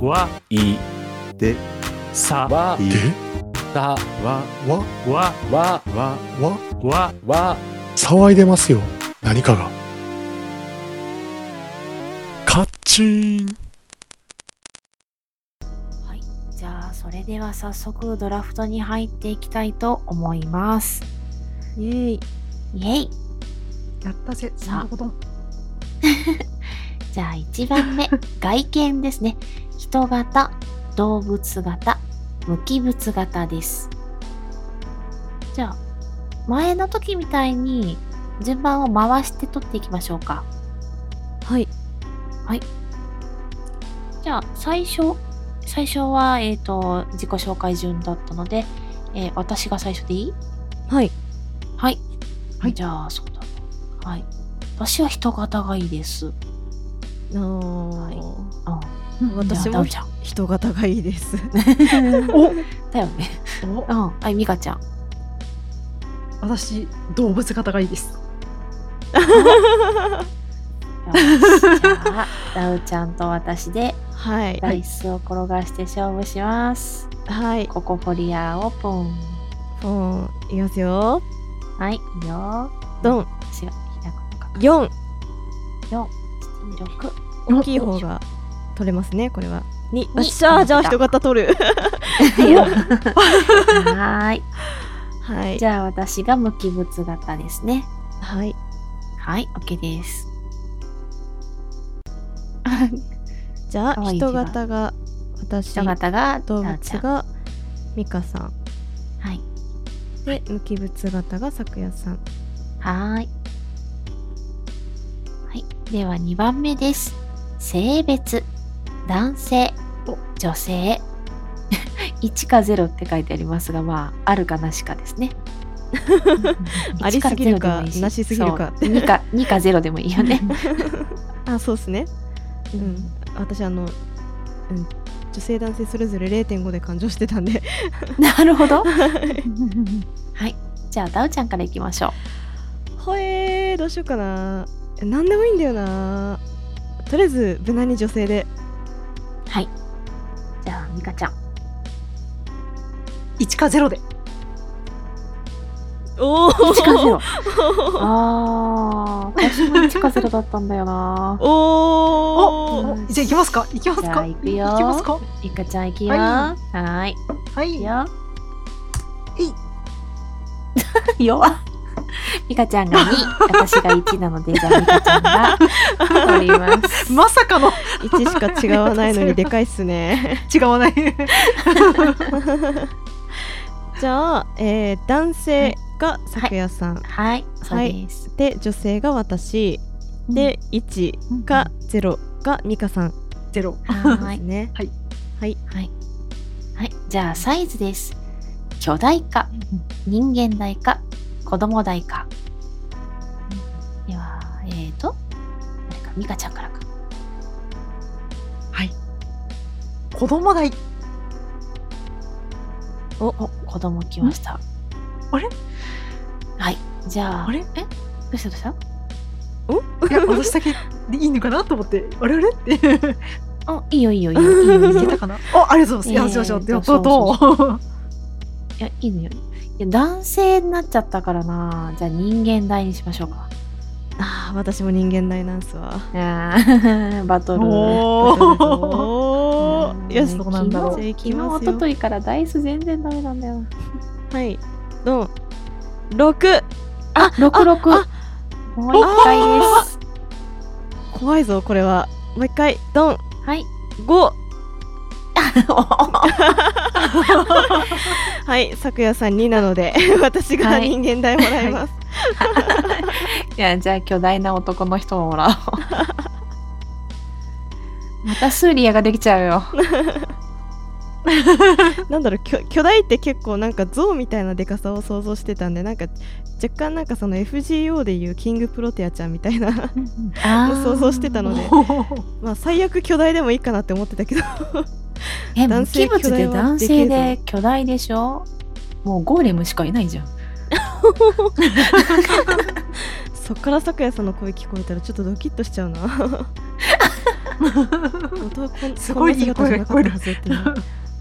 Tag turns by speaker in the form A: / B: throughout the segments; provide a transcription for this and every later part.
A: わ、
B: い
C: で、
A: さ、わ、
B: わ
C: い、
B: た
A: わ、
D: わ、
A: わ、
B: わ
A: わ、
D: わ、
A: わ、
B: わ
D: 騒いでますよ。何かが。カッチーン。
E: はい、じゃあそれでは早速ドラフトに入っていきたいと思います。
F: イエーイ
E: イエイ
F: やったぜ
E: さあ
F: なんとことん
E: じゃあ1番 目、外見ですね。人型、動物型、無機物型です。じゃあ、前の時みたいに順番を回して取っていきましょうか。
F: はい
E: じゃあ最初最初は、えっと自己紹介順だったので、えー私が最初でいい
F: はい
E: はい、
F: はい
E: じゃあそうだなはい私は人型がいいです、うん、
F: あー私
E: じゃあダ
F: も
E: ウちゃん
F: 人型がいいです
E: だよね
F: お
E: うんはいミカちゃん
F: 私動物型がいいです
E: よしじゃあダウちゃんと私で
F: はい
E: ダイスを転がして勝負します、
F: はい
E: ここフォリアーオープン
F: うんいきますよ
E: はいいいよ
F: ドン
E: 私が開くのか
F: 4
E: 6
F: 大きい方が取れますねこれは2よっしゃーじゃあ人型取る
E: はーい
F: はい
E: じゃあ私が無機物型ですね。
F: はい
E: はい、OK です。
F: じゃ
E: 可
F: あ
E: 愛い字が
F: 人型が私
E: 人型が
F: 動
E: ダウちゃ
F: 物
E: ん
F: がミカさん
E: はい。
F: で無機物型がさくやさん
E: はーい。はい。では2番目です。性別。男性。女性。1か0って書いてありますが、まあ、あるかなしかですね。
F: ありすぎるか
E: 1 0でもいい
F: なしすぎるか
E: そう2か、2か0でもいいよ ね。
F: あそうですねうん私あの、うん、女性男性それぞれ0.5で勘定してたんで
E: なるほ ど。はい。じゃあ、ダウちゃんからいきましょう。
F: ほえーどうしようかな何でもいいんだよなとりあえず無難に女性で
E: はい。じゃあ、ミカちゃん。
G: 1か0で
F: おお
E: 1か0。ああ、私も1か0だったんだよな。
F: お
G: おじゃあ行きますか行きます
E: じゃあ
G: か
E: 行くよ
G: 行きますか
E: ゆかちゃん行きよ。は
G: は
E: ーい。
G: はいい
E: いよ。い。 弱っ。ミカちゃんが2、私が1なので、じゃあミカちゃんが取り ます。
G: まさかの
F: 1しか違わないの にでかいっすね
G: 違わない
F: じゃあ、えー男性がさくやさん、
E: はい、そうです。
F: で女性が私で1が0がミカさん
G: 0
E: は
F: で
E: ー
F: す
E: い。
F: ね
G: はい
F: はい
E: はい。はい。じゃあ、サイズです。巨大化、人間大化、子供大化。では、えっ、ー、と、あれか、ミカちゃんからか。
G: 子供 がい
E: お、お子供来ました。
G: あれ
E: はい。じゃあ、
G: あれ
E: えどうしたどうした
G: いや私だけでいいのかなと思ってあれあれって
E: あ、いいよいいよいいよ。いいよいいよいい
G: 聞け
E: よ
G: たか なあありがとうございますい
E: えー
G: やじゃあじゃあ
E: そう
G: ではどうど
E: そういや、いいのよ。いや、男性になっちゃったからな。じゃあ、人間大にしましょうか。
F: あー私も人間大なんすわ
E: あーバトル。
G: おー
F: お
E: うん
F: ーよし
G: どこなんだろう
E: 昨
F: じゃ
E: 日
F: あ行き
E: 昨
F: ます
E: 日、おと
F: よ
E: といからダイス全然ダメなんだよな。
F: はいドン6
E: あ、六六。
F: あ
E: もう一回です。
F: 怖いぞこれはもう一回ドン
E: はい。
F: 5はいさくやさん2なので 私
E: は
F: が
E: い
F: 人間大もらいます、
E: いや、じゃあ巨大な男の人ももらおう。またスーリアができちゃうよ。
F: なんだろう巨巨大って結構なんか像みたいなでかさを想像してたんでなんか若干なんかその FGO でいうキングプロテアちゃんみたい な
E: あ
F: 想像してたのでまあ最悪巨大でもいいかなって思ってたけど
E: え、無
F: 男
E: 機
F: 性
E: 物で男性で巨大でしょもうゴーレムしかいないじゃん。
F: そっからさくやさんの声聞こえたらちょっとドキッとしちゃうな 音 こん
G: すごいいい
F: こんな姿じゃなかったはずってな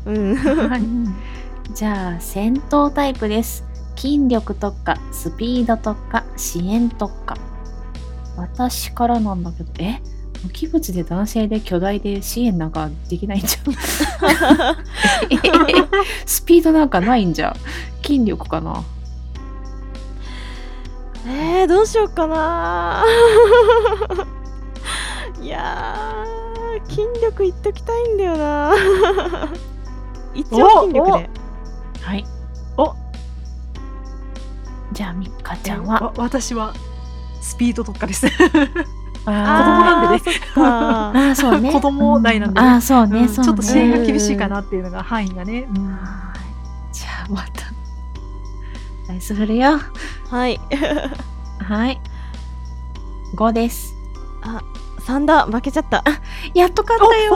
F: うん
E: じゃあ戦闘タイプです筋力特化スピード特化支援特化私からなんだけどえ無機物で男性で巨大で支援なんかできないんじ ゃんスピードなんかないんじゃん筋力かな
F: えー、どうしようかな いやー筋力いっときたいんだよな 一応筋力で
E: はい
G: お
E: じゃあみっかち
G: じ
E: ゃ
G: ゃ
E: んは
G: あ私はスピード特化です。
E: あ
G: なんでね
F: あーそっ
E: ー
F: か
E: あーそうね
G: 子供代なんでね
E: ああそうね、
G: うんち
E: そうね
G: ょっと支援が厳しいかなっていうのが範囲がね。うん
E: はーいじゃあまたナイス振るよ
F: はい
E: はい5です
F: 3だ負けちゃった
E: やっと勝ったよ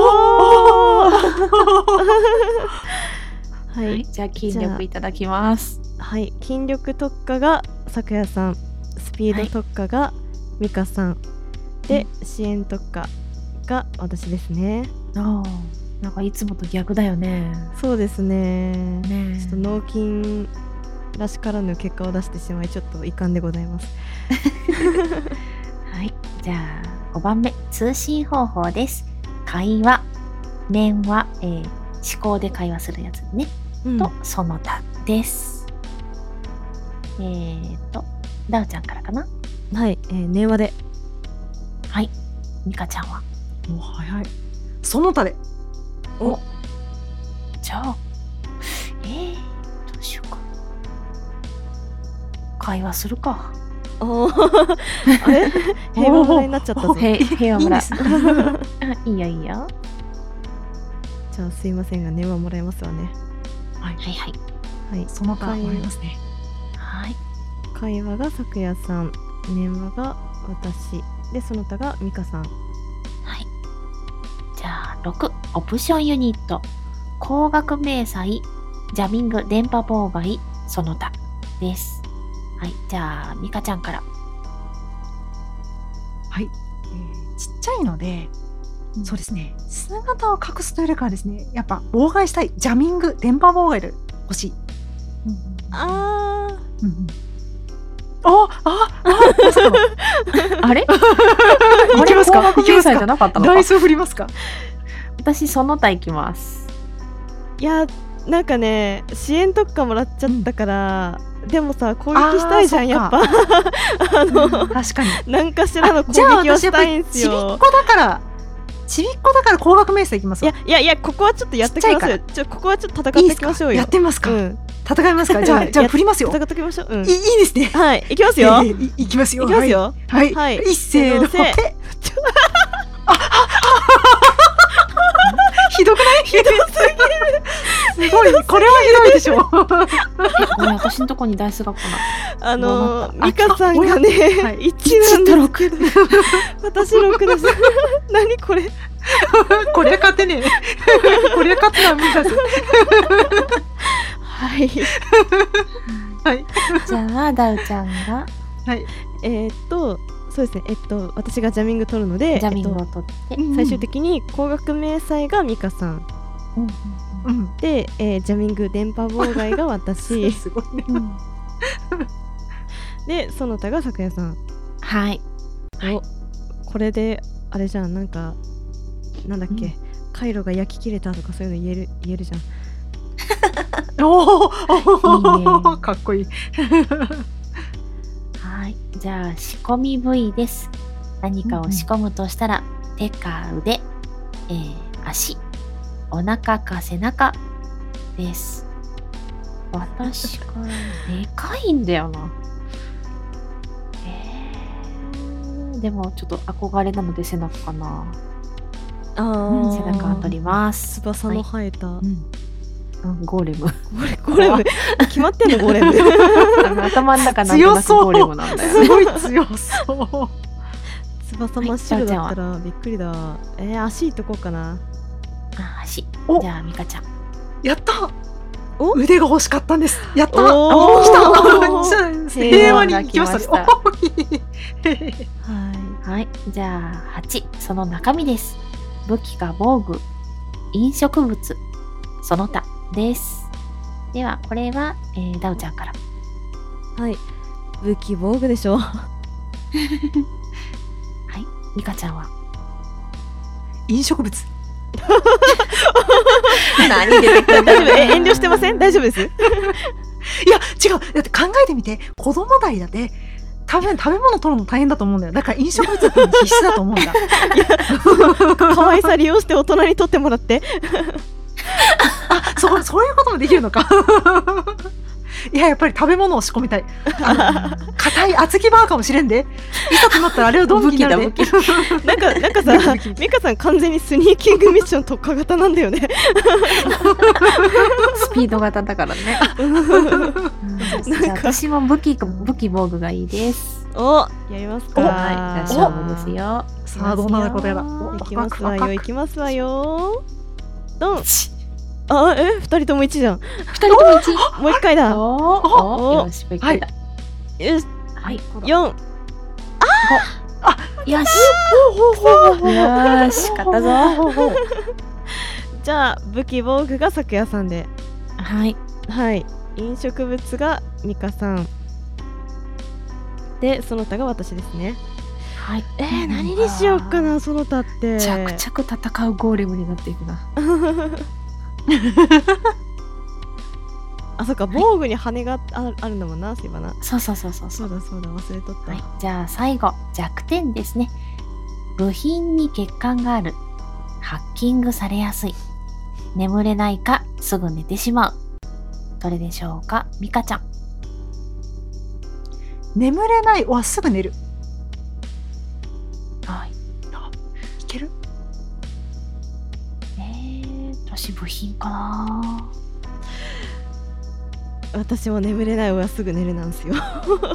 F: は
E: はいい、じゃあ筋力いただきます
F: はい、筋力特化がさくやさんスピード特化が美香さん、で支援特化が私ですね
E: ああなんかいつもと逆だよね
F: そうですね
E: ねえ
F: ちょっと脳筋らしからぬ結果を出してしまいちょっと遺憾でございます
E: はいじゃあ5番目通信方法です会話面は、えー思考で会話するやつね
F: うん
E: とその他です、えーとダウちゃんからかな
F: はい、えー、電話で
E: はいミカちゃんは
G: もう早い。その他で。
E: じゃあ、えー、どうしようかな。会話するか。
F: おー あれ平和村になっちゃったぞ
E: へ平和
G: いいん
E: 村。
G: で
E: い
G: す。
E: いよいいよ。
F: じゃあすいませんが電話もらえますわね
E: はいはい。
F: はい
G: その他もらいますね。
E: はい。
F: 会話がさくやさん電話が私でその他が美香さん
E: はい。じゃあ、6、オプションユニット。光学迷彩、ジャミング、電波妨害、その他です。はい。じゃあ、ミカちゃんから。
G: はい。えーちっちゃいので
E: う。ん
G: そうですね姿を隠すというよりかはですねやっぱ妨害したいジャミング電波妨害で欲しい、
F: あ
G: うんうん、あああまさかの
E: あれ
G: いけますか
E: あれ光
G: いけ
E: 学迷
G: ます
E: 彩じ
G: か
E: ゃなかったの
G: ダ
E: か
G: イスを振りますか
E: 私、その他いきます。
F: いやなんかね支援特化もらっちゃったから、でもさ攻撃したいじゃんやっ
G: あー
F: ぱ あの
G: 確かに
F: 何かしらの攻
G: じゃあ
F: 撃を
G: 私
F: し
G: やっぱ
F: たい
G: り
F: んす
G: ちびっ
F: よ
G: こだからちびっこだから高額面接いきます
F: い
G: わ
F: やいやいやここはちょっとやってきましょうよちょここはちょっと戦っていきましょうよ
G: やってみますか、
F: うん
G: 戦いますかじゃあじゃあ振りますよ
F: 戦っていきましょう、うん
G: いいいですね
F: はい行きますよ
G: え
F: 行
G: ーいいきますよ
F: きますよ
G: はい、
F: は
G: はいい、一斉の
F: せーの
G: ペ ひどくないひどすぎるすごいこれはひどいでしょは
E: えごめん、私のとこにダイスが来ない。
F: あの
E: どうな
F: 美
E: った
F: 香さんがね
G: あはい
F: 1なんだ6私6です 何これ
G: こりゃ勝てねえこりゃ勝てないみたい
F: はい
G: はい
E: じゃあ、ダウちゃんが
G: はい
F: えーっとそうですねえっと私がジャミング取るので
E: ジャミング
F: え
E: を
F: っと
E: 取って、
F: 最終的に高額明細が美香さん
G: うん
F: で、えージャミング電波妨害が私
G: すごいね
E: うんうん
F: でその他が咲夜さん、
E: はい。
F: おこれであれじゃんなんかなんだっけ、
G: うん
F: 回路が焼き切れたとかそういうの言える言えるじゃん
G: お
E: いい
G: お
E: ね
G: かっこいい
E: はい。じゃあ、仕込み部位です。何かを仕込むとしたら、手か腕、えー足、お腹か背中です。私から、でかいんだよな。えーでも、ちょっと憧れなので背中かな。
F: あ
E: 背中を取ります。
F: 翼の生えた、
E: うんゴーレム。
F: ゴレム決まってんのゴレ ム
E: 頭の中なんとなくゴーレムなんだよね。
G: すごい強そう
F: 翼真っ白だったらびっくりだえー、足いっとこうかな
E: あ足
G: お
E: じゃあミカちゃん
G: やった
F: お
G: 腕が欲しかったんですやった
F: おー
G: 来た じゃあ平和に行きましたね
E: 平和が
G: おーいい
F: は
E: は
F: い
E: いじゃあ8その中身です武器か防具、飲食物、その他です。では、これは、えーダウちゃんから。
F: はい武器防具でしょ
E: ミカちゃんは。
G: 飲食物
E: 何出てく
F: 大丈夫え遠慮してません大丈夫 です
G: いや違うだって考えてみて子供代だって多分食べ物取るの大変だと思うんだよだから飲食物っていうの必須だと思う んだ
F: 可愛さ利用して大人に取ってもらって
G: あそうそういうこともできるのか いややっぱり食べ物を仕込みたいあ の硬い厚木バーかもしれんでいざとなったらあれをドンキになるで
E: 武器だ
F: なんかなんかさ美香さん完全にスニーキングミッション特化型なんだよね
E: スピード型だからね。 じゃあ私も武器か、武器防具がいいです。
F: おやりますか
E: はい、じゃあ勝負ですよ。
G: さあどうなることやらお
F: いきますわ
G: ワクワ
F: よ
G: ク
F: いきますわよドンあえ二人とも一じゃん
E: 二人とも一。
F: もう一回だよ
E: お
F: お
E: お、よし、べっくりだ。
F: し
E: はい、
F: 四
E: よし、よし、勝ったぞ。
F: じゃあ武器防具が咲夜さんで
E: はい、
F: はい飲食物が美香さんでその他が私ですね
E: はい、
F: えー、何にしようかなその他って
E: 着々戦うゴーレムになっていくな。
F: あそっか防具に羽がああるんだもんなそういえばな
E: そうそうそうそうそ
F: そう
E: う。
F: だそうだ忘れとった、
E: はい、じゃあ最後弱点ですね。部品に欠陥がある。ハッキングされやすい。眠れないかすぐ寝てしまう。どれでしょうか、ミカちゃん。
G: 眠れないわすぐ寝る
E: はい。
G: いける
E: えー、私部品かな。
F: 私も眠れないはすぐ寝るなんですよ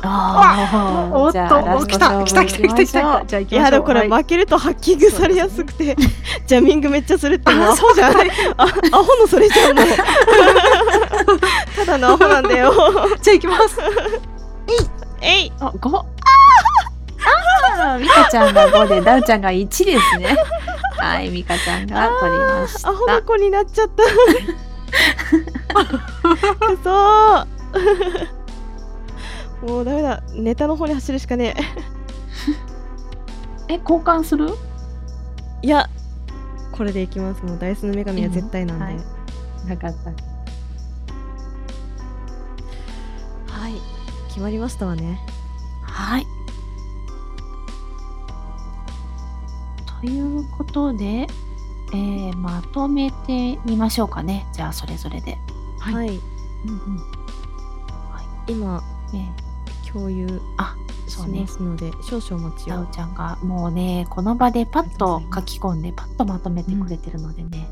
E: あ
G: おっ
E: じゃあラ
G: と
E: スト
G: お来
E: 勝
G: た
E: 負
G: 来た来た来た
E: い
G: 来
E: きましょう
G: たじゃあ行
F: い
G: きましょう
F: やでもこ
G: は
F: れ
G: い
F: 負けるとハッキングされやすくて、 ジャミングめっちゃするってもう
G: あ
F: アホじゃない あアホのそれじ ゃんもうただのアホなんだよ
G: じゃあ行きます
F: えい
E: あ、五。ああ、ミカちゃんが五で、ダウちゃんが一ですね。はい、ミカちゃんが取りまし
F: アホの
E: た。
F: 子になっちゃった くそーもうダメだネタの方に走るしかね え
E: え、交換する？
F: いやこれでいきますもうダイスの女神は絶対なんで、
E: いいのなかった。
F: はい、決まりましたわね
E: はい。ということで、えー、まとめてみましょうかね。じゃあそれぞれで。
G: はい
F: い
E: うんうん。
F: 今
E: え
F: 共有
E: ー、
F: し
E: そうね
F: ま。すので、少々お待ち
E: ダ
F: を
E: ウちゃんがもうねこの場でパッと
G: ありが
E: 書き込んでパッとまとめてくれてるのでね、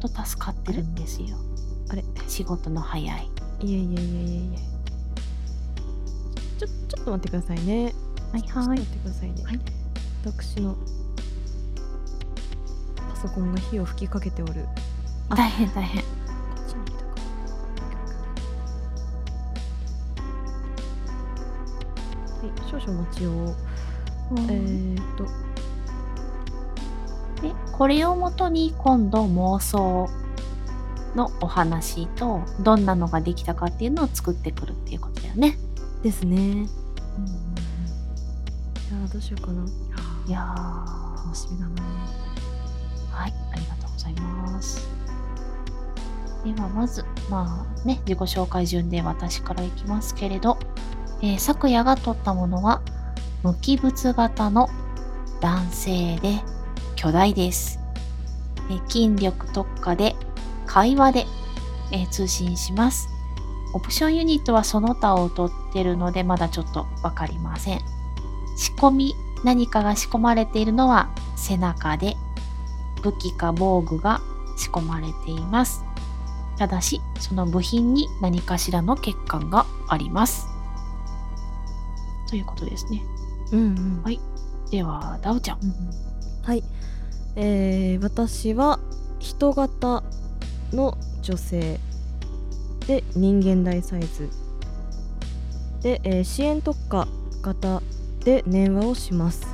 E: ほんと助かってるんですよ
F: あれ
E: 仕事の早い
F: いえいえいえいえいえちょちょっと待ってくださいね
E: はいは
F: ちょっと待ってくださいね、
E: はい
F: 私のパソコンが火を吹きかけておるあ
E: 大変大変
F: こっちに来たかはい少々お待ちを、えー、っと
E: でこれをもとに今度妄想のお話とどんなのができたかっていうのを作ってくるっていうことだよね、
F: ですねいやーどうしようかない
E: やーは
G: 楽しみだない
E: ありがとうございますではまずまあね自己紹介順で私からいきますけれどえー、昨夜が取ったものは無機物型の男性で巨大です。えー筋力特化で会話で、えー通信します。オプションユニットはその他を取ってるのでまだちょっとわかりません。仕込み、何かが仕込まれているのは背中で、武器か防具が仕込まれています。ただし、その部品に何かしらの欠陥があります。ということですね。
F: うんうん
E: では、ダウちゃん。
F: はい、えー、私は人型の女性で人間大サイズで、えー支援特化型で念話をします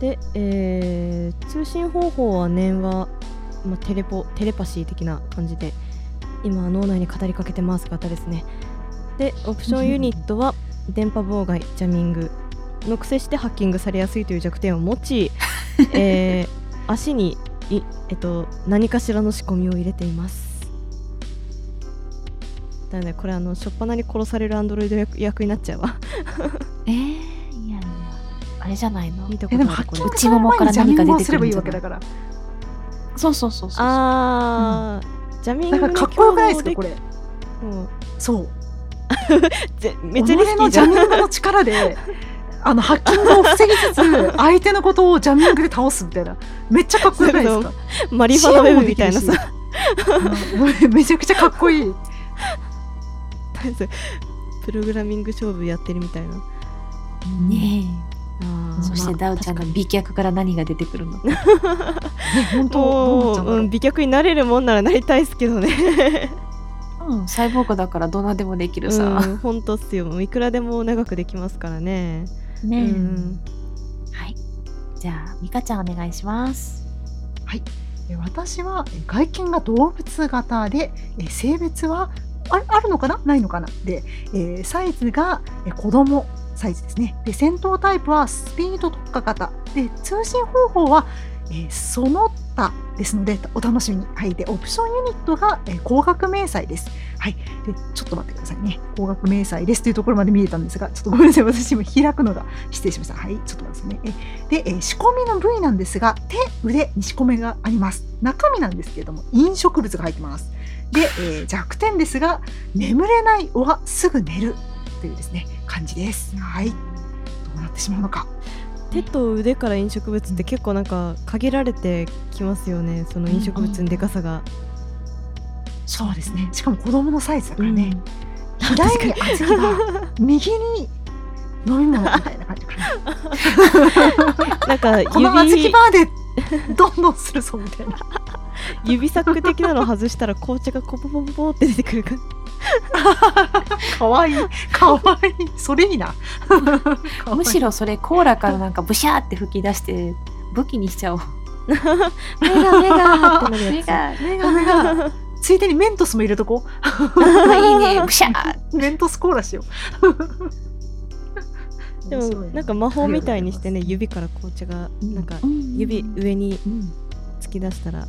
F: で、えー通信方法は念は、まあ、テレポテレパシー的な感じで今脳内に語りかけてます方ですねでオプションユニットは電波妨害ジャミングのくせしてハッキングされやすいという弱点を持ち、えー足にい、えっと、何かしらの仕込みを入れていますだよねこれあの初っ端に殺されるアンドロイド役役になっちゃう わ
E: えー、いやいや、あれじゃないの
F: 見たこ
G: え
F: と
G: でも
F: あ
G: ハ
F: る
G: ッ
F: こ
G: キ
F: れ
G: ング
E: 内ももから何か出て
G: す
E: く
G: れ
E: る
G: ば
E: ん
G: いい
E: じゃな
G: わけ
E: い
G: だから。
E: そうそうそうそう。
F: あー、ジャミン
G: だ
F: グ
G: から
F: の
G: かっこよくないですか
F: 強
G: こ
F: 豪で
G: れ。
F: もう
G: そう。
F: ぜめ
G: 己
F: っちゃリスキー
G: の
F: じ
G: ジ
F: ゃ
G: ャ
F: ん
G: ミングの力で。あのハッキングを防ぎつつ相手のことをジャミングで倒すみたいなめっちゃかっこよくないですか
F: マリファナウェブみたいなさ
G: 支援もできる しうんめちゃくちゃかっこいい
F: プログラミング勝負やってるみたいな
E: ね
F: あ
E: え。
F: ー
E: そしてダウちゃんの美脚から何が出てくるのか。
G: ね本当どうなっ
F: も
G: ちゃうんだろ
F: う、う、
G: うん
F: 美脚になれるもんならなりたいですけどね
E: うん、サイボーグだからどんなでもできるさ。
F: うん本当っすよもういくらでも長くできますからね、う
E: ねえ。
F: ん、
E: はい。じゃあ、ミカちゃんお願いします。
G: え私はえ外見が動物型でえ性別はああるのかなないのかなで、えーサイズがえ子供サイズですねで戦闘タイプはスピード特化型で通信方法は、えーその他ですのでお楽しみに、はい、でオプションユニットが、えー光学迷彩です、はい、でちょっと待ってくださいね光学迷彩ですというところまで見えたんですがちょっとごめんなさい私今開くのが失礼しましたはいちょっと待ってくださいねえで、えー仕込みの部位なんですが手腕に仕込みがあります中身なんですけれども飲食物が入ってますで、えー弱点ですが眠れないおはすぐ寝るというですね感じですはいどうなってしまうのか
F: 手と腕から飲食物って結構なんか限られてきますよねその飲食物のでかさ が、
G: そうですねしかも子供のサイズだから
F: う
G: ね、
F: ん
G: 左に厚木が右に飲み物みたいな感じかな
F: なんか
G: この厚木
F: 指
G: バーでどんどんするぞみたいな
F: 指サック的なの外したら紅茶がコポポポポって出てくる感じ
G: かわいいかわいいそれいい なか わいい
E: むしろそれコーラからなんかブシャーって吹き出して武器にしちゃおう。
F: 目が目がってなる
E: 目
F: や
E: が。
G: 目 が目がついでにメントスも入れとこ
E: いいね、ブシャー。
G: う。メントスコーラしよう。
F: つでもなんか魔法みたいにしてね指から紅茶がなんか指上に
G: うん、
F: 突き出したら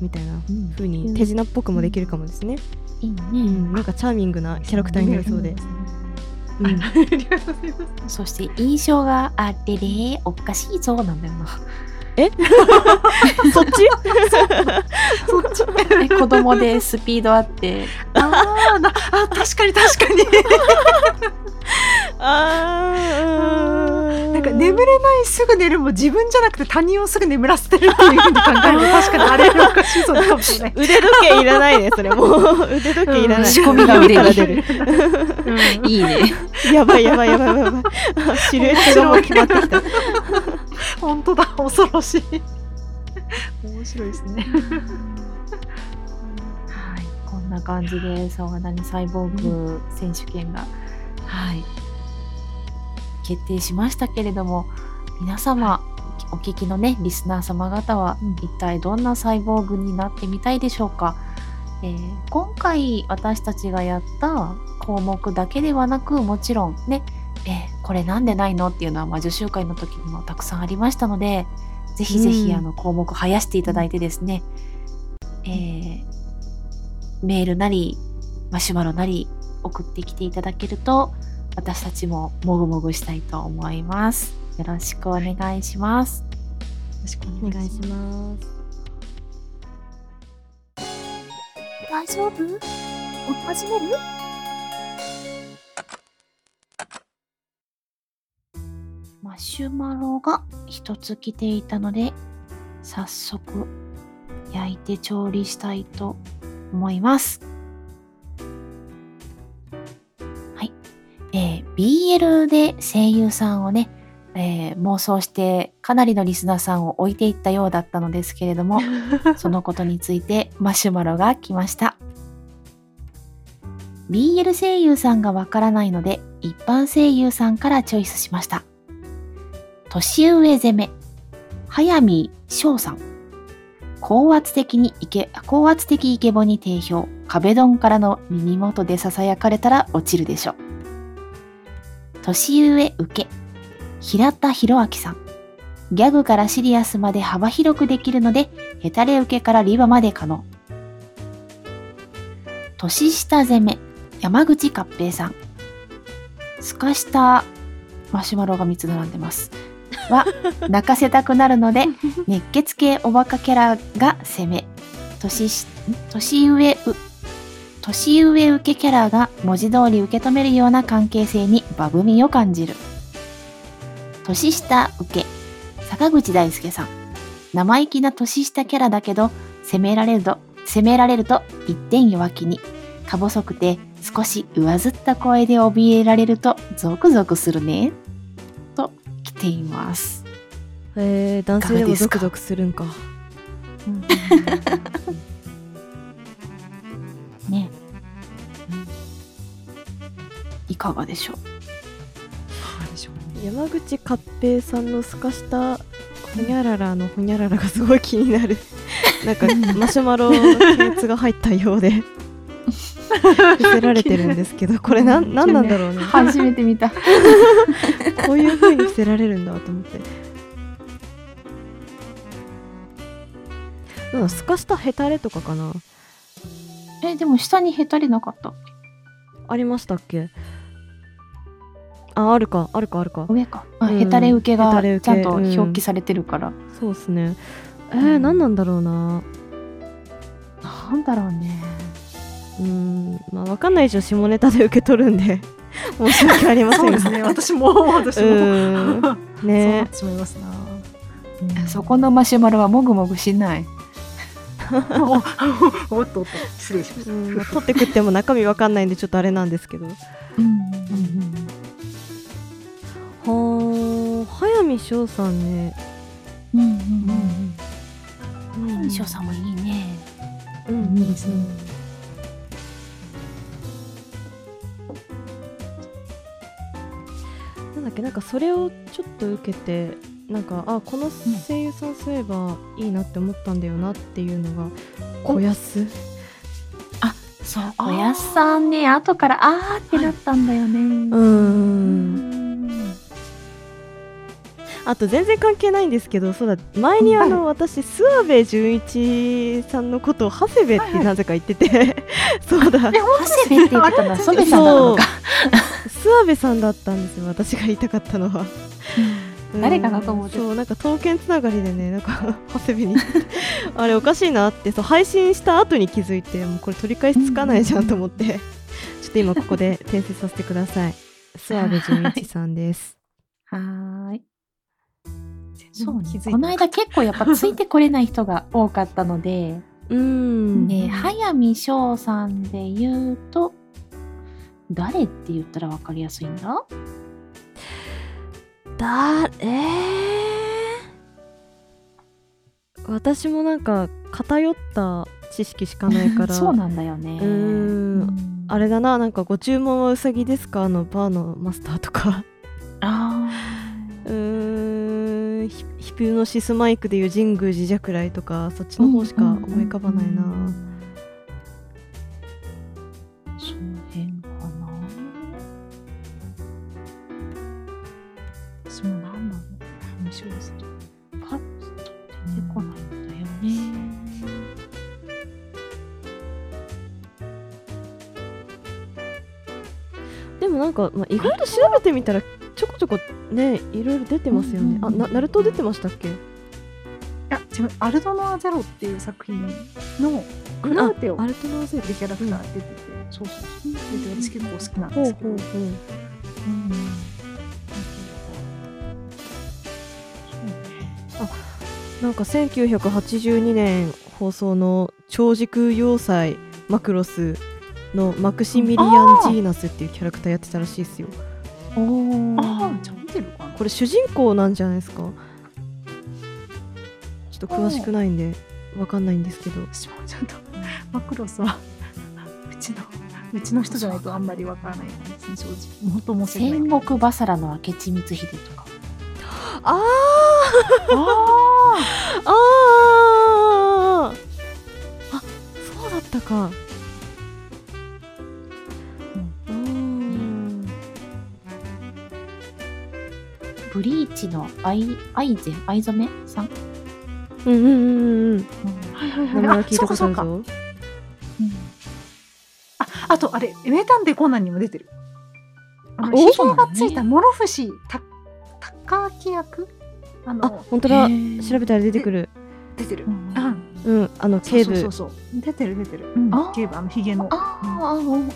F: みたいな
G: うん
F: 風に手品っぽくもできるかもですね、
E: いいね。
F: うん、なんかチャーミングなキャラクターになりそうで、うん
G: ありがとうございます。
E: そして印象があってね、おかしいぞなん だよな。
F: そっち
G: そっち。
E: で子供でスピードあって、
G: あーなあ、確かに確 かに。
F: あー
G: なんか眠れないすぐ寝るも自分じゃなくて他人をすぐ眠らせてるっていうふうに考えると確かにあれおかしいそうかもしれない。
F: 腕時計いらないねそれも う腕時計いら
E: う
F: ない、
E: ん仕込みが腕
F: から
E: に
F: 出る
E: いいね。
F: やばいやばいやばいやばいシルエットがもう決まってきた
G: 本当だ、恐ろしい。面白いですね。
E: はい、こんな感じで沢谷サイボーグ選手権が、はい、決定しましたけれども皆様お聞きのねリスナー様方は
G: うん
E: 一体どんなサイボーグになってみたいでしょうか、えー今回私たちがやった項目だけではなくもちろんね、えーこれなんでないのっていうのは魔女集会の時にもたくさんありましたのでぜひぜひ
F: うん
E: あの項目生やしていただいてですね、えーメールなりマシュマロなり送ってきていただけると私たちももぐもぐしたいと思いますよろしくお願いします
G: よろしく
F: お願いします
A: 大丈夫起き始める
E: マシュマロが一つ来ていたので早速焼いて調理したいと思いますはいえー BL で声優さんをね、えー妄想してかなりのリスナーさんを置いていったようだったのですけれども そのことについてマシュマロが来ました。BL 声優さんがわからないので、一般声優さんからチョイスしました。年上攻め、早見翔さん。高圧的にイケ、高圧的イケボに定評。壁ドンからの耳元で囁かれたら落ちるでしょう。年上受け。平田博明さん。ギャグからシリアスまで幅広くできるので、ヘタレ受けからリバまで可能。年下攻め。山口勝平さん。すかしたマシュマロが3つ並んでます。は、泣かせたくなるので、熱血系おバカキャラが攻め年しん年上う年上受けキャラが文字通り受け止めるような関係性にバブみを感じる年下受け坂口大輔さん生意気な年下キャラだけど攻められると攻められると一点弱気にか細くて少し上ずった声で怯えられるとゾクゾクするねと来ています
F: えー、男性でも
E: いかがです
F: ゾ
E: か
F: クゾクするんか
G: うん
E: ね、いかがでしょう
G: なんでしょうね
F: 山口勝平さんのすかしたほにゃららのほにゃららがすごい気にな るなんかマシュマロの亀裂が入ったようで 伏せられてるんですけどこれなんなんなんだろうね
E: 初めて見た
F: こういう風に伏せられるんだと思ってなんかすかしたヘタレとかかな
E: えでも下にへたりなかった
F: ありましたっけああるかあるかあるか
E: 上か、あ
F: うん
E: へたれ受け
F: へ
E: が
F: たれ受け
E: ちゃんと表記されてるから、
F: そうですねえ
E: う
F: ー、
E: ん
F: 何なんだろうな
E: なんだろうね
F: うんまあ分かんない以上下ネタで受け取るんで 申し訳ありません
G: そうで
F: が
G: すね。私も私も。
F: う
G: そ
F: ん
G: うなっ
F: ね
G: てしまいますな。
E: そこのマシュマロはもぐもぐしない
G: おおおっとおっと失礼しまし
F: う
G: た。
F: んまあ取って食っても中身わかんないんでちょっとあれなんですけど
E: うん
F: はあ早見翔さんね
E: うんうんうんう
F: うん
E: んさんもいいね
F: うん
G: いいですね
F: なんだっけなんかそれをちょっと受けてなんかあこの声優さんそういえばいいなって思ったんだよなっていうのが小安
E: そう
G: あ
E: お
G: ー
E: やすさんね後からあーってなったんだよね、
F: うんあと全然関係ないんですけどそうだ前にあの、私諏訪部純一さんのことを長谷部ってなぜか言ってて、 そうだ
E: 長
F: 諏
E: 谷部って言ってたのはソベさんだったのか
F: 訪部さんだったんですよ私が言いたかったのはうん
E: 誰かなと思ってた
F: そうなんか刀剣つながりでねなんか長谷部に あれおかしいなってそう配信した後に気づいてもうこれ取り返しつかないじゃんと思って、ちょっと今ここで訂正させてください諏訪部純一さんです
E: はーい。
G: 然
E: そうね
G: 気づいてなかった
E: この間結構やっぱついてこれない人が多かったので、
F: うーん
E: ね、
G: うん
E: 早見翔さんで言うと、誰って言ったらわかりやすいんだ
F: だえー私もなんか偏った知識しかないか ら
E: そうなんだよね。
F: うーんあ
E: れ
F: れだななんか「ご注文はうさぎですか?」のバーのマスターとか
E: あ
F: うーんヒヒプノシスマイクでいう神宮寺雀来とかそっちの方しか思い浮かばないな、
E: うんうんうんーその辺かな。
G: 私も何なの面白いですね。
E: パッと出てこないんだよね。
F: でもなんか、まあ、意外と調べてみたらちょこちょこねいろいろ出てますよね、
E: うん
F: あなナルト出てましたっけ
G: いや違うアルドノアゼロっていう作品のグラーテオ
F: あアルトナーゼ
G: ってキャラクター出てて、そうそうそう出て私結構好きなん
F: ほ
G: で
F: う
G: すけど
F: ほうほ
G: う
F: う
G: ん
F: なんか1982年放送の「超時空要塞マクロス」のマクシミリアン・ジーナスっていうキャラクターやってたらしいですよ
E: おー
G: ああじゃあ見てるかな
F: これ主人公なんじゃないですかちょっと詳しくないんでわかんないんですけど
G: 私もちゃんとマクロスはうちのうちの人じゃないとあんまりわからないですね正直本当申し訳ない
E: 戦国バサラの明智光秀とか。
G: あ
F: ああ ああそうだったかうん
E: ブリーチのアイアイゼン藍染めさん
F: うんうんうんうん
G: ーはいはい
F: 名前
G: は。
F: はい
G: あ、
F: 聞い
G: そ
F: た
G: うか
F: こと
G: そ
F: あ
G: う
F: る
G: か。う
F: ぞ
G: んああとあれ名探偵コナンにも出てる。あの
F: あ
G: ひげがつ
E: そう
G: い
E: な
G: た諸伏た高明役あ
F: あ
G: の
F: 本当だ
E: へー
F: 調べたら出てくる
G: 出てる。
E: う
G: うんん。
F: うんあの
G: そう
F: 警
G: そうそう
F: 部
G: そう出てる出てる。うん
E: あー
G: 警部あのひげの。
E: ああうんうんうんうん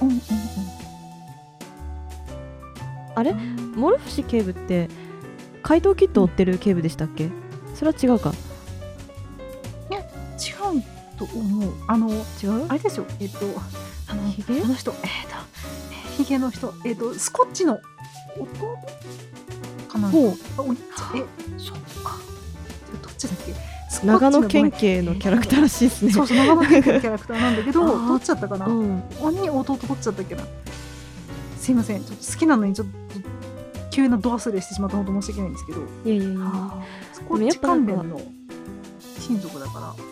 F: モルフシ警部って怪盗キットを追ってる警部でしたっけそれは違うか
G: 違うと思う。あの
F: 違う
G: あれですよ。えっとあの
F: ひげ
G: あの人えっとひげの人えっとスコッチの弟かな。
F: ほう
G: あお兄ちゃんえ
E: そっか
G: どっちだっけスコッチの
F: 長野県警のキャラクターらしいですね
G: そうそう長野県警のキャラクターなんだけど
F: あー
G: どっちだったかな
F: う、ん
G: 鬼弟どっちだったっけなすいませんちょっと好きなのにちょっと急なド忘れしてしまったこと申し訳ないんですけど
F: いやいやいや
G: スコッチ関連の親族だから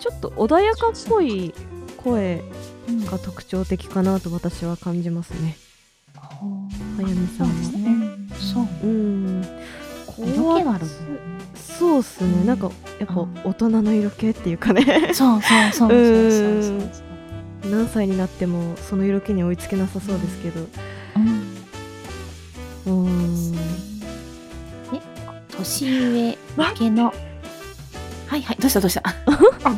F: ちょっと穏やかっぽい声
G: うん
F: が特徴的かなと私は感じますねあやみさ
G: そう
F: んは
G: ですね
E: そう
F: うん
E: 色気がある
F: そうっすねなんかやっぱ大人の色気っていうかね
E: そうそうそうそうそうそうそう
F: 何歳になってもその色気に追いつけなさそうですけど
E: うん
F: うん
E: ね年上向けのはいはいどうしたどうした
G: あ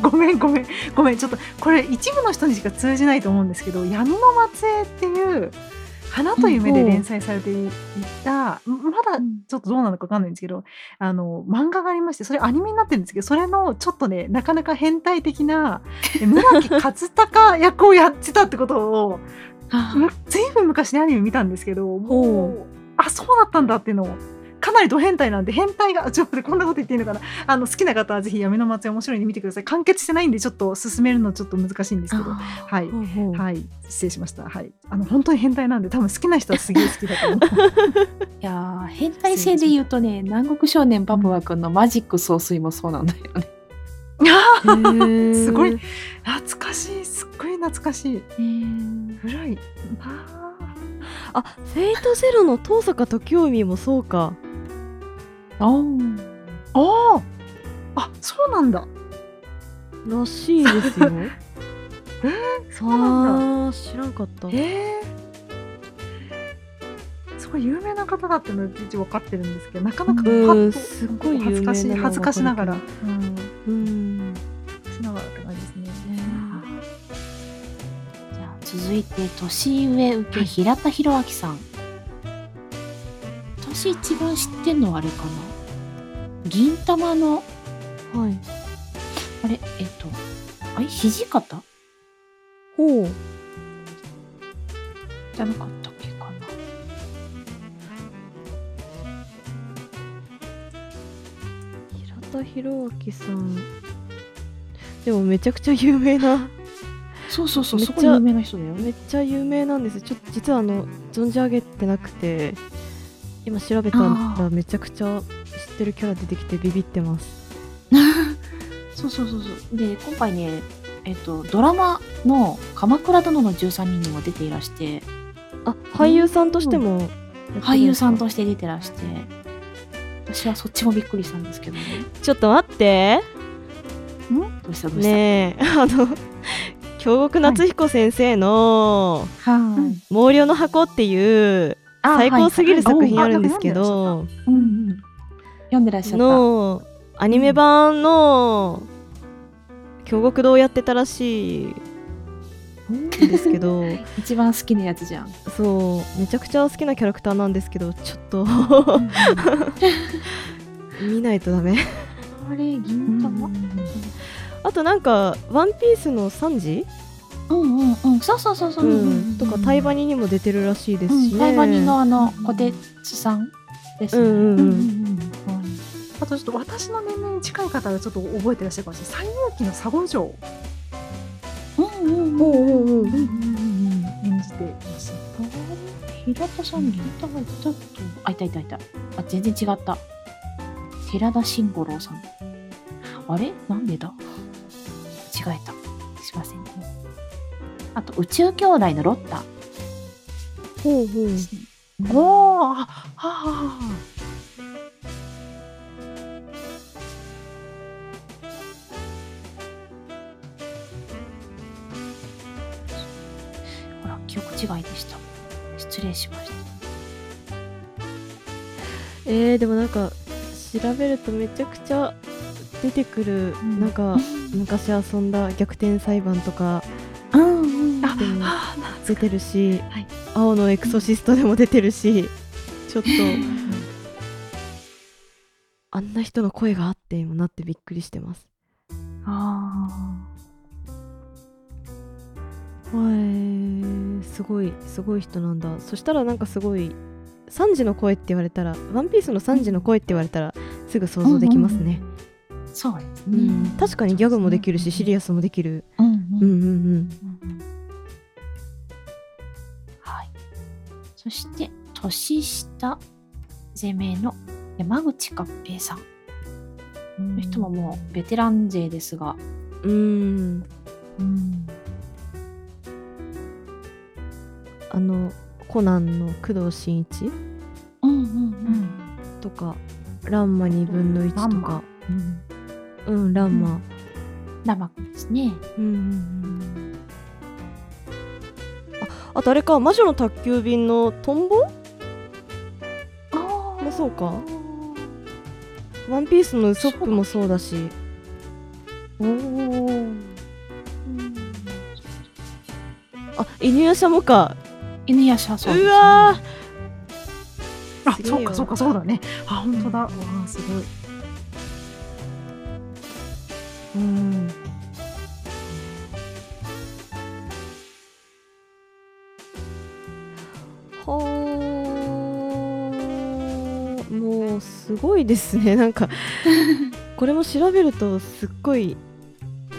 G: ごめんごめんごめんちょっとこれ一部の人にしか通じないと思うんですけど「闇の末裔」っていう花と夢で連載されていた、まだちょっとどうなのかわかんないんですけどあの漫画がありましてそれアニメになってるんですけどそれのちょっとねなかなか変態的なえ村木勝孝役をやってたってことをむずいぶん昔にアニメ見たんですけどもうあそうだったんだっていうのをかなりド変態なんで変態がちょっと待ってこんなこと言っていいのかなあの好きな方はぜひ闇の末裔面白いんで見てください完結してないんでちょっと進めるのちょっと難しいんですけど
E: あ
G: はい。
F: ほうほう
G: はい、失礼しました。はい、あの本当に変態なんで、多分好きな人はすげえ好きだ と思う。
E: いやー変態性で言うとね南国少年パプワ君のマジック総帥もそうなんだよね。
G: す
F: す
G: ごい懐かしいすっごい懐かしい古いあ
F: あフェイトゼロの遠坂時臣もそうか
E: お
G: ーあーあそうなんだ
F: らしいです よ
G: そうなんだ
F: あー知らんかった
G: ええすごい有名な方だっていうのは一応分かってるんですけどなかなかパ
F: う
G: ッ
F: ん
G: と
F: すごい
G: 恥ず
F: 有名な
G: かしい恥ずかしながら、うん、
F: うん
G: 恥ずかしながらって感じですね
E: じゃあ続いて年上受け平田博明さん。私一番知ってんのはあれかな銀玉の
F: はい
E: あれえっとあれ肘方
F: ほう
E: じゃなかったっけかな
F: 平田博明さんでもめちゃくちゃ有名な
E: そうそうそう
F: めっ
E: そ
F: ちゃ
E: こ有名な人だよね。
F: めっちゃ有名なんですちょっと実はあの存じ上げてなくて今調べた
E: あー
F: らめちゃくちゃ知ってるキャラ出てきてビビってます
E: そうそうそうそうで今回ねえっとドラマの「鎌倉殿の13人」にも出ていらして
F: あ俳優さんとしてもやってるですか
E: 俳優さんとして出てらして私はそっちもびっくりしたんですけどね
F: ちょっと待って
E: どうしたどうした、
F: ねえあの京極夏彦先生の
E: はーい、
F: 「毛量の箱」っていう
E: あ
F: 最高すぎる作品
E: はい
F: あるんですけど
E: うんうん、読んでらっしゃった
F: のアニメ版の京極堂やってたらしい
E: うん
F: んですけど
E: 一番好きなやつじゃん
F: そうめちゃくちゃ好きなキャラクターなんですけどちょっと 見ないとダメ
E: あれ銀玉
F: あとなんか「ワンピースのサンジ、
E: うんうんうんそうそうそうそう、
F: うん、とかタイバニにも出てるらしいで
E: う
F: す
E: ん、
F: しね、
E: タイバニのあの小手さんですね、
F: うんうんうん
E: うん
G: あとちょっと私の年齢に近い方がちょっと覚えてらっしゃるかもしれない西遊記の佐五城
E: うんうんうん
F: おうおうおう
G: 演じていました
E: 平田さん、銀玉いたと。あ、いたいたいた。あ、全然違った。寺田慎五郎さん。あれなんでだ間違えた。すいませんね。あと、宇宙兄弟のロッタ。
F: ほうほう
G: おーあはあはあ
E: ほら、記憶違いでした。失礼しました。
F: えー、でもなんか調べるとめちゃくちゃ出てくる、なんか昔遊んだ逆転裁判とか
E: うんうん。
F: でも
G: あーな
F: 出てるし、
G: はい
F: 青のエクソシストでも出てるし、ちょっとあんな人の声があって今なってびっくりしてます。
E: あ
F: はい、すごいすごい人なんだ。そしたらなんかすごいサンジの声って言われたら、ワンピースのサンジの声って言われたらすぐ想像できますね。
E: あ、そうです
F: うん
E: ね。
F: 確かにギャグもできるし、シリ
E: ア
F: アスもできる。
E: うん
F: う
E: うんん。
F: うんうん。
E: はい。そして、年下攻めの山口合平さん。この人ももうベテラン勢ですが、
F: うーんあのコナンの工藤新一
E: うんうん
G: うん
F: とかランマ2分の1とかうんランマ
E: ラマくんですね。
F: うんうんうんああとあれか魔女の宅急便のトンボ
E: あ
F: もそうかワンピースのウソップもそうだし
E: おお。
F: あ犬夜叉もか
E: 犬や車掌。
F: うわ
G: あ
F: すげ
G: そ
F: え
G: う
F: よ
G: かそうかそうだねあ本当だわあすごい
F: ーうんはーもうすごいですね なんかこれも調べるとすっごい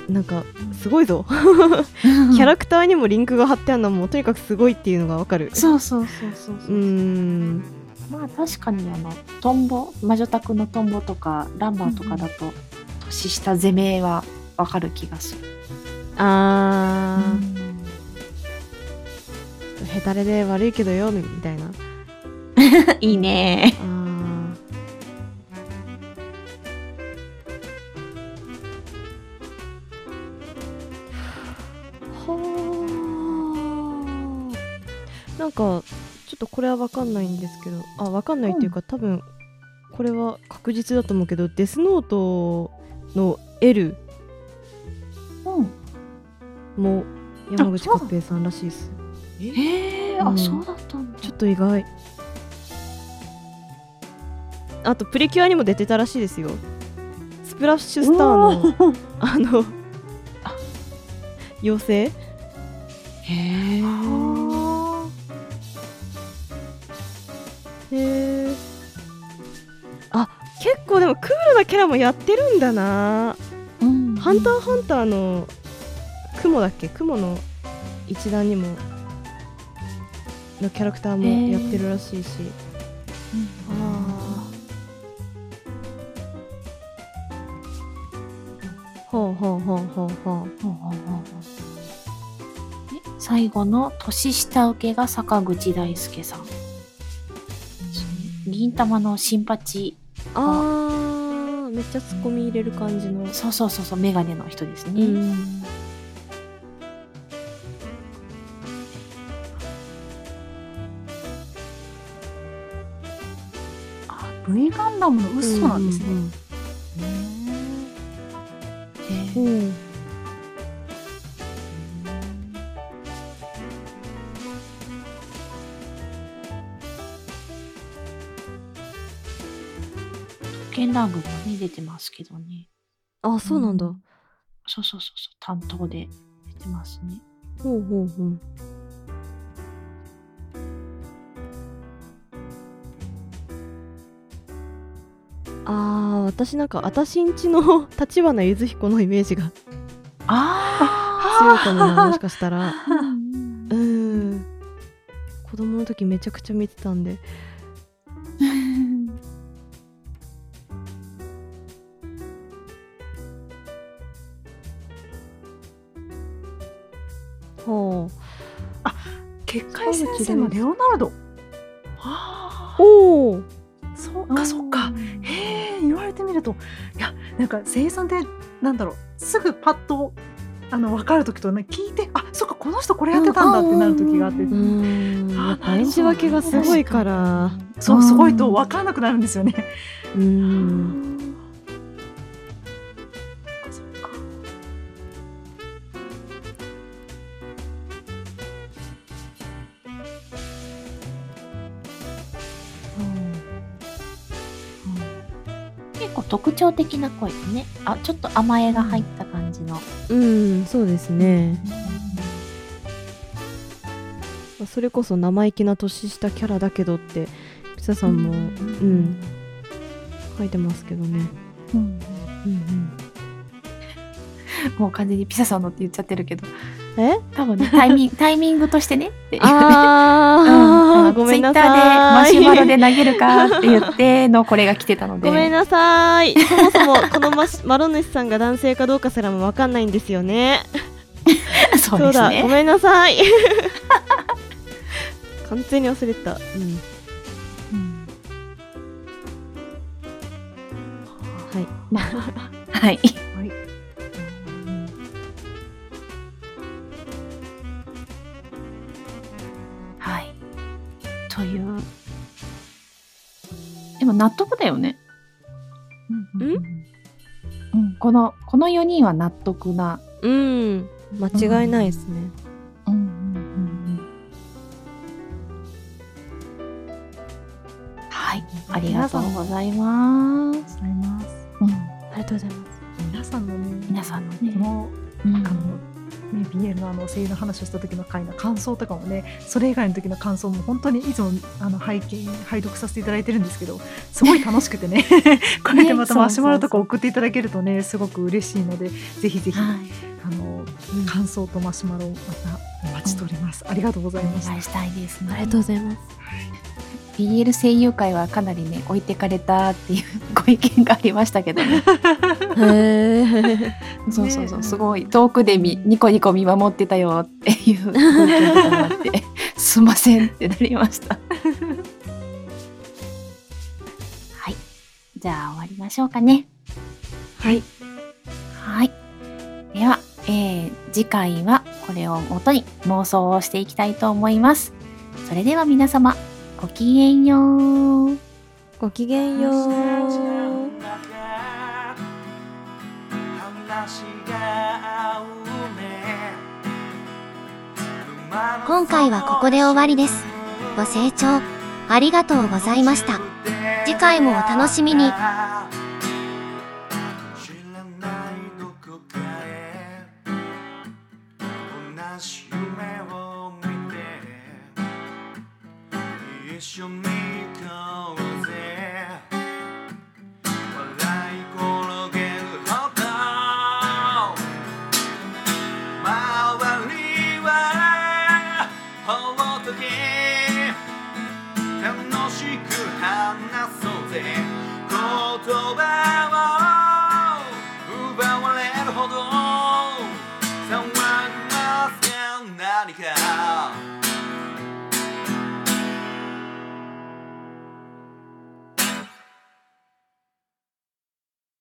F: なんかすご いぞ
E: キ
F: キャ
E: ャラ。
F: ラクターにもリンクが貼ってあるのもとにかくすごいっていうのがわかる
E: そうそうそうそう
F: う
E: そう。
F: ーん
E: まあ確かにあのトンボ魔女宅のトンボとかランバーとかだと、年下攻めはわかる気がする。
F: あー、ヘタレで悪いけどよみたいな い
E: いね。
F: あーはあなんかちょっとこれは分かんないんですけどあ分かんないっていうか、多分これは確実だと思うけどデスノートの L
E: うん。
F: も山口
G: あそう
F: 勝平さんらしいです
E: へえ、
F: う
E: あ
F: ん
E: そうだったんだ。
F: ちょっと意外あとプリキュアにも出てたらしいですよスプラッシュスターの
G: の
F: あの妖精
E: へえ。
F: へーあ結構でもクールなキャラもやってるんだな
E: うん
F: 「ハンターハンター」のクモだっけクモの一団にものキャラクターもやってるらしいし、ああほうほうほうほうほう
E: ほうほうほうほうで最後の年下請けが坂口大輔さん銀玉の新八
F: あーめっちゃツッコミ入れる感じの
E: そうそうそうそうメガネの人です
F: う
E: ね、
F: ん
G: あ V ガンダムのウソなんですね、
F: うん
E: へ
F: う
E: え
F: んうん
E: 剣ンラグもね出てますけどね
F: あそうなんだ、
E: そうそうそうそう担当で出てますね
F: ほうほうほうあー私なんか私んちの立花ゆず彦のイメージが
E: あ
F: 強いかもなもしかした ら
E: あうん
F: うーん子供の時めちゃくちゃ見てたんでほう
G: 結界先生のレオナルド。あ
F: おお
G: あ、そうかそうか。へえ、言われてみると、いや、なんか声優さんってなんだろう、すぐパッとあの分かる時とね聞いて、あ、そっかこの人これやってたんだってなる時があって
A: う
F: う、ーんやっぱ演じ分けがすごいから
G: そうすごいと分からなくなるんですよね。
F: うーん
G: そっか
E: 結構特徴的な声ですねあちょっと甘えが入った感じの、
F: うんそうですねまあそれこそ生意気な年下キャラだけどってピサさんもうん書いてますけどね
G: うんうん
F: うん
E: もう完全にピサさんのって言っちゃってるけど
F: うんえ
E: 多 分ねタイミングタイミングとしてねっていう
F: あーごめんなさい
E: ツイッターでマシュマロで投げるか って言ってのこれが来てたので
F: ごめんなさい。そもそもこのマシマロ主さんが男性かどうかすらもわかんないんですよね。
E: そうです
F: だ、ご
E: ね
F: めんなさい。 完全に忘れてた。うん。はい。
E: はいはいというでも納得だよね、
G: うん
E: うん、このこの4人は納得な
F: うん。間違いないですね。
E: うんうんうんうんはい、ありがとうございます。
G: ございます。
E: うん、
F: ありがとうございます。
G: 皆さんのね、
E: 皆さんの
G: こ
E: ね、
G: の
E: うん
G: あの、ね、BL のあの声優の話をした時の回の感想とかもねそれ以外の時の感想も本当にいつもあの拝見拝読させていただいてるんですけどすごい楽しくて ねこうやってまたマシュマロとか送っていただけるとねすごく嬉しいのでぜひぜひ、
E: はい、
G: あの感想とマシュマロをまたお待ちしております、ありがとうございま
E: お
G: した。
E: 願いしたいです、ね。
F: ありがとうございます。
E: BL 声優界はかなりね置いてかれたっていうご意見がありましたけどね
F: へー
E: そうそうそう、
G: ね
E: すごい遠くでみニコニコ見守ってたよっていうご意見とかもあってすいませんってなりました はいじゃあ終わりましょうかね
F: はい。
E: はいでは、えー次回はこれをもとに妄想をしていきたいと思いますそれでは皆様ごきげんよう
F: ごきげんよう。
A: 今回はここで終わりです。ご清聴ありがとうございました。次回もお楽しみに。
B: 知らないどこかへ同じ夢を見て一緒に行こうぜ笑い転げるほど周りは放っとけ楽しく話そうぜ言葉